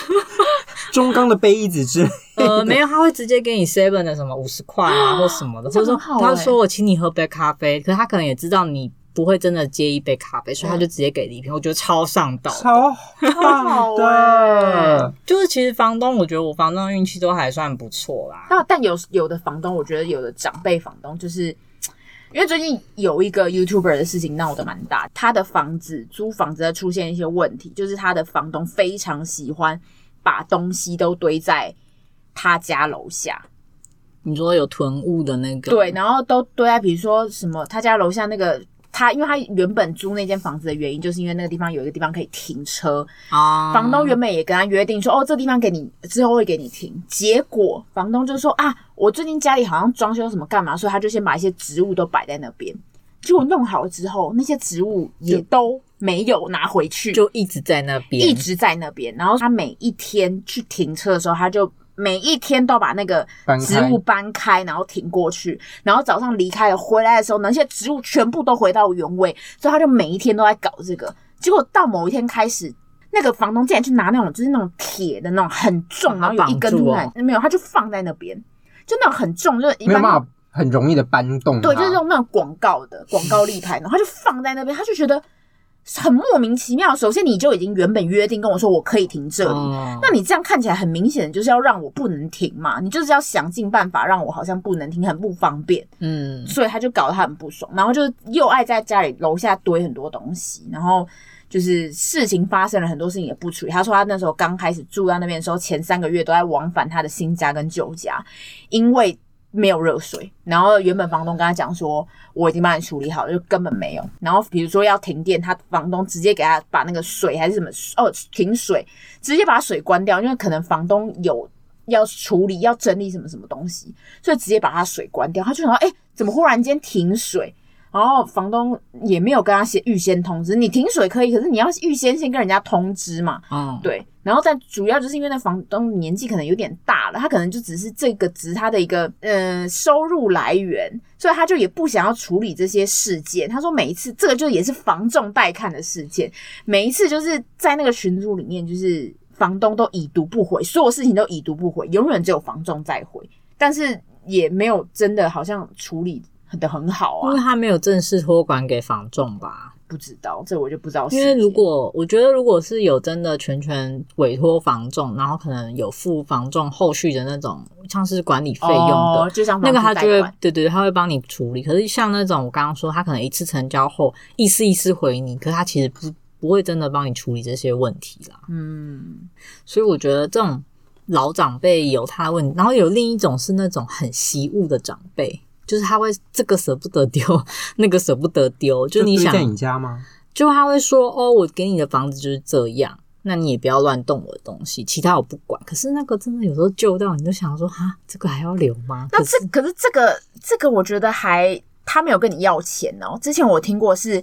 中钢的杯子之类，呃，没有，他会直接给你 seven 的什么五十块啊或什么的，这或者很说好他欸说我请你喝杯咖啡，可是他可能也知道你不会真的接一杯咖啡，所以他嗯就直接给礼品，我觉得超上道的。超好棒欸的。就是其实房东，我觉得我房东运气都还算不错啦。那但有有的房东，我觉得有的长辈房东就是。因为最近有一个 YouTuber 的事情闹得蛮大，他的房子租房子出现一些问题，就是他的房东非常喜欢把东西都堆在他家楼下，你说有囤物的那个，对，然后都堆在比如说什么他家楼下那个他，因为他原本租那间房子的原因，就是因为那个地方有一个地方可以停车，啊，房东原本也跟他约定说，哦，这地方给你之后会给你停。结果房东就说啊，我最近家里好像装修什么干嘛，所以他就先把一些植物都摆在那边。结果弄好了之后，那些植物也都没有拿回去，就一直在那边，一直在那边。然后他每一天去停车的时候，他就每一天都把那个搬开植物搬开，然后停过去。然后早上离开了，回来的时候，那些植物全部都回到原位，所以他就每一天都在搞这个。结果到某一天开始。那个房东竟然去拿那种就是那种铁的那种很重，把然它后有一根绑住出哦来，没有，他就放在那边，就那种很重，就是一没有般办法很容易的搬动啊它。对，就是用那种广告的广告立牌，然后就放在那边，他就觉得很莫名其妙。首先，你就已经原本约定跟我说我可以停这里，哦那你这样看起来很明显就是要让我不能停嘛，你就是要想尽办法让我好像不能停，很不方便，嗯，所以他就搞得他很不爽，然后就是又爱在家里楼下堆很多东西，然后就是事情发生了很多事情也不处理。他说他那时候刚开始住在那边的时候，前三个月都在往返他的新家跟旧家，因为没有热水，然后原本房东跟他讲说我已经帮你处理好了，就根本没有。然后比如说要停电，他房东直接给他把那个水还是什么哦停水，直接把水关掉，因为可能房东有要处理要整理什么什么东西，所以直接把他水关掉。他就想到，哎、怎么忽然间停水？然后房东也没有跟他先预先通知，你停水可以，可是你要预先先跟人家通知嘛。哦，对，然后但主要就是因为那房东年纪可能有点大了，他可能就只是这个只是他的一个呃收入来源，所以他就也不想要处理这些事件。他说每一次这个就也是房仲带看的事件，每一次就是在那个群组里面，就是房东都已读不回，所有事情都已读不回，永远只有房仲在回，但是也没有真的好像处理的很好因为啊，他没有正式托管给房仲吧？不知道这我就不知道细因节。为如果我觉得如果是有真的全权委托房仲，然后可能有付房仲后续的那种像是管理费用的。哦就像那个他就觉会得。对对，他会帮你处理。可是像那种我刚刚说，他可能一次成交后一丝一丝回你，可是他其实不不会真的帮你处理这些问题啦。嗯，所以我觉得这种老长辈有他的问题，然后有另一种是那种很习物的长辈，就是他会这个舍不得丢，那个舍不得丢，就你堆想在你家吗？就他会说：“哦，我给你的房子就是这样，那你也不要乱动我的东西，其他我不管。”可是那个真的有时候旧到你就想说：“哈，这个还要留吗？”那可是这可是这个这个，我觉得还他没有跟你要钱哦。之前我听过是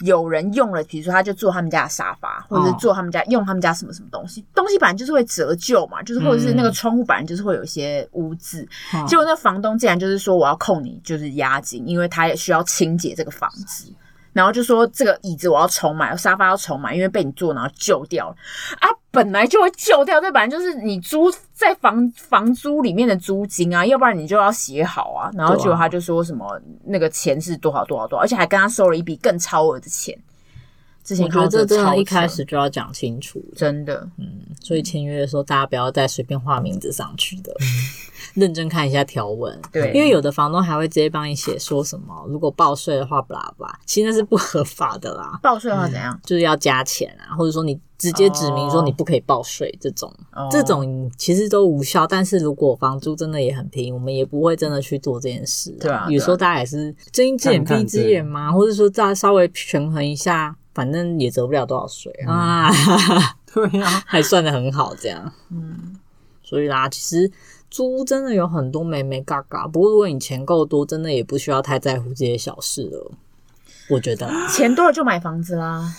有人用了，比如说他就坐他们家的沙发，或者是哦坐他们家、用他们家什么什么东西，东西本来就是会折旧嘛，就是或者是那个窗户本来就是会有一些污渍，嗯结果那房东竟然就是说我要扣你就是押金，因为他也需要清洁这个房子。然后就说这个椅子我要重买，沙发要重买，因为被你坐然后旧掉了啊，本来就会旧掉，这本来就是你租在房房租里面的租金啊，要不然你就要写好啊。然后对啊结果他就说什么那个钱是多少多少多少，而且还跟他收了一笔更超额的钱。之前我觉看到得这真个超的一扯开始就要讲清楚，真的所以签约的时候大家不要再随便画名字上去的，认真看一下条文。对，因为有的房东还会直接帮你写说什么，如果报税的话，不啦不啦，其实那是不合法的啦，报税的话怎样？就是要加钱啊，或者说你直接指明说你不可以报税这种。哦这种其实都无效，但是如果房租真的也很便宜，我们也不会真的去做这件事、对啊有时候大家也是睁一只眼闭一只眼嘛，或者说大家稍微权衡一下，反正也折不了多少税、嗯啊，对啊呀，还算的很好这样。嗯，所以啦，其实租屋真的有很多美美嘎嘎，不过如果你钱够多，真的也不需要太在乎这些小事了。我觉得啦，钱多了就买房子啦。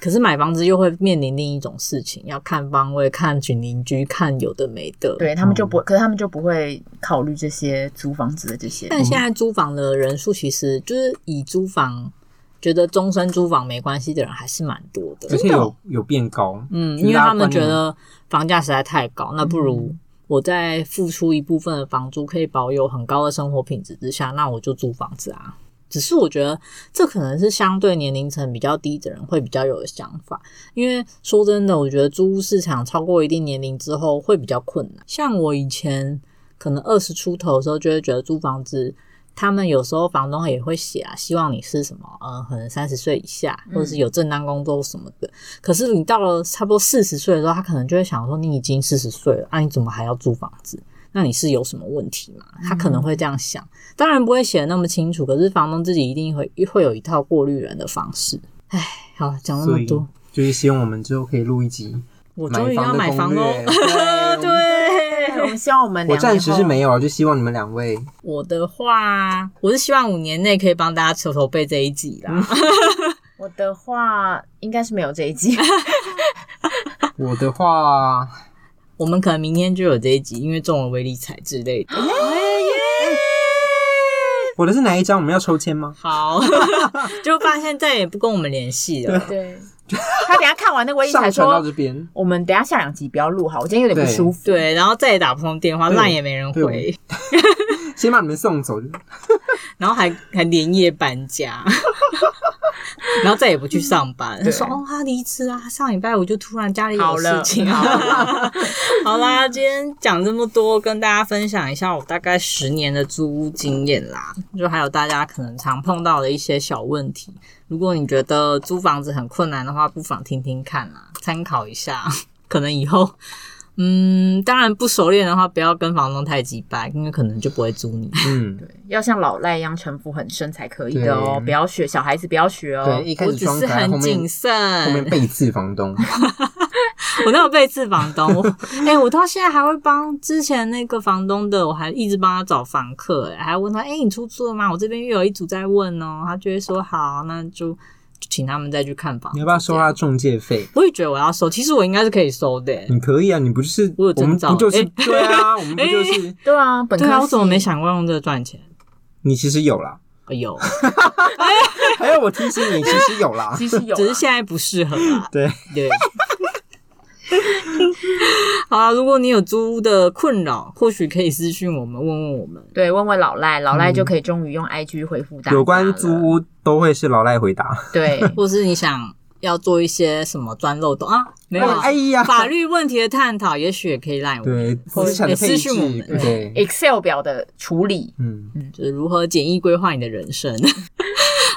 可是买房子又会面临另一种事情，要看方位、看群邻居、看有的没的。对他们嗯就不会，可是他们就不会考虑这些租房子的这些。但现在租房的人数其实就是以租房觉得终身租房没关系的人还是蛮多而的。且有有变高，嗯，因就是为大家他们观念觉得房价实在太高，那不如我再付出一部分的房租，可以保有很高的生活品质之下，那我就租房子啊。只是我觉得这可能是相对年龄层比较低的人会比较有的想法，因为说真的，我觉得租屋市场超过一定年龄之后会比较困难。像我以前可能二十出头的时候，就会觉得租房子，他们有时候房东也会写啊，希望你是什么，呃，可能三十岁以下，或嗯者是有正当工作什么的。可是你到了差不多四十岁的时候，他可能就会想说，你已经四十岁了，啊，你怎么还要租房子？那你是有什么问题吗？他可能嗯会这样想，当然不会写的那么清楚，可是房东自己一定会会有一套过滤人的方式。唉，好，讲那所么以多，就是希望我们之后可以录一集我终买于要房的买攻房喽！ 略。对 对，我们希望我们我两暂年时后是没有，就希望你们两位我的话，我是希望五年内可以帮大家筹筹备这一集啦。我的话应该是没有这一季。哎我的话，我们可能明天就有这一集，因为中了微理财之类的。我的是哪一张？我们要抽签吗？好， 就发现再也不跟我们联系了。 对，他等一下看完那个微信才上传到说这，边，我们等一下下两集不要录好，我今天有点不舒服。对，然后再也打不通电话，对烂也没人对回。先把你们送走，然后还还连夜搬家，然后再也不去上班。对说哦，他离职啊，上礼拜我就突然家里有好事了 情啊。 好啦，今天讲这么多，跟大家分享一下我大概十年的租屋经验啦，就还有大家可能常碰到的一些小问题。如果你觉得租房子很困难的话，不妨听听看啦，参考一下， 可能以后。嗯，当然不熟练的话，不要跟房东太急掰，因为可能就不会租你。 嗯，要像老赖一样城府很深才可以的哦，对不要学小孩子，不要学哦对，。一开我始只装是可爱，后很面谨慎，后面背刺 房东，我那有背刺房东，我哎、我到现在还会帮之前那个房东的，我还一直帮他找房客、哎，还问他，哎、你出租了吗？我这边又有一组在问哦，他就会说好，那就请他们再去看房你。要不要收他中介费？我也觉得我要收，其实我应该是可以收的、哎你可以啊，你不就是我有征们兆不就是哎对 啊？我们不就是对啊，本科对啊，我怎么系没想过用这个赚钱？你其实 有啊啦，哎呦，还有我提醒你，其实有 啦。其实有啊，只是现在不适合啦。对，对。 好啊，如果你有租屋的困扰，或许可以私讯我们，问问我们。对，问问老赖，老赖就可以终于用 IG 回复大家嗯有关租了屋都会是老赖回答。对 或是你想要做一些什么钻漏洞啊？没有啊，哎呀， 法律问题的探讨，也许也可以赖我们，对资产的哎配私讯我置，们欸对， Excel 表的处理，嗯，就是如何简易规划你的人生。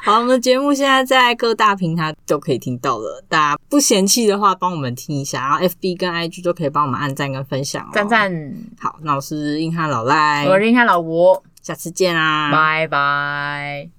好，我们的节目现在在各大平台都可以听到了，大家不嫌弃的话，帮我们听一下，然后 FB 跟 IG 都可以帮我们按赞跟分享、哦，赞。赞，好，那我是硬汉老赖，我是看老吴，啊下次见啦，拜拜。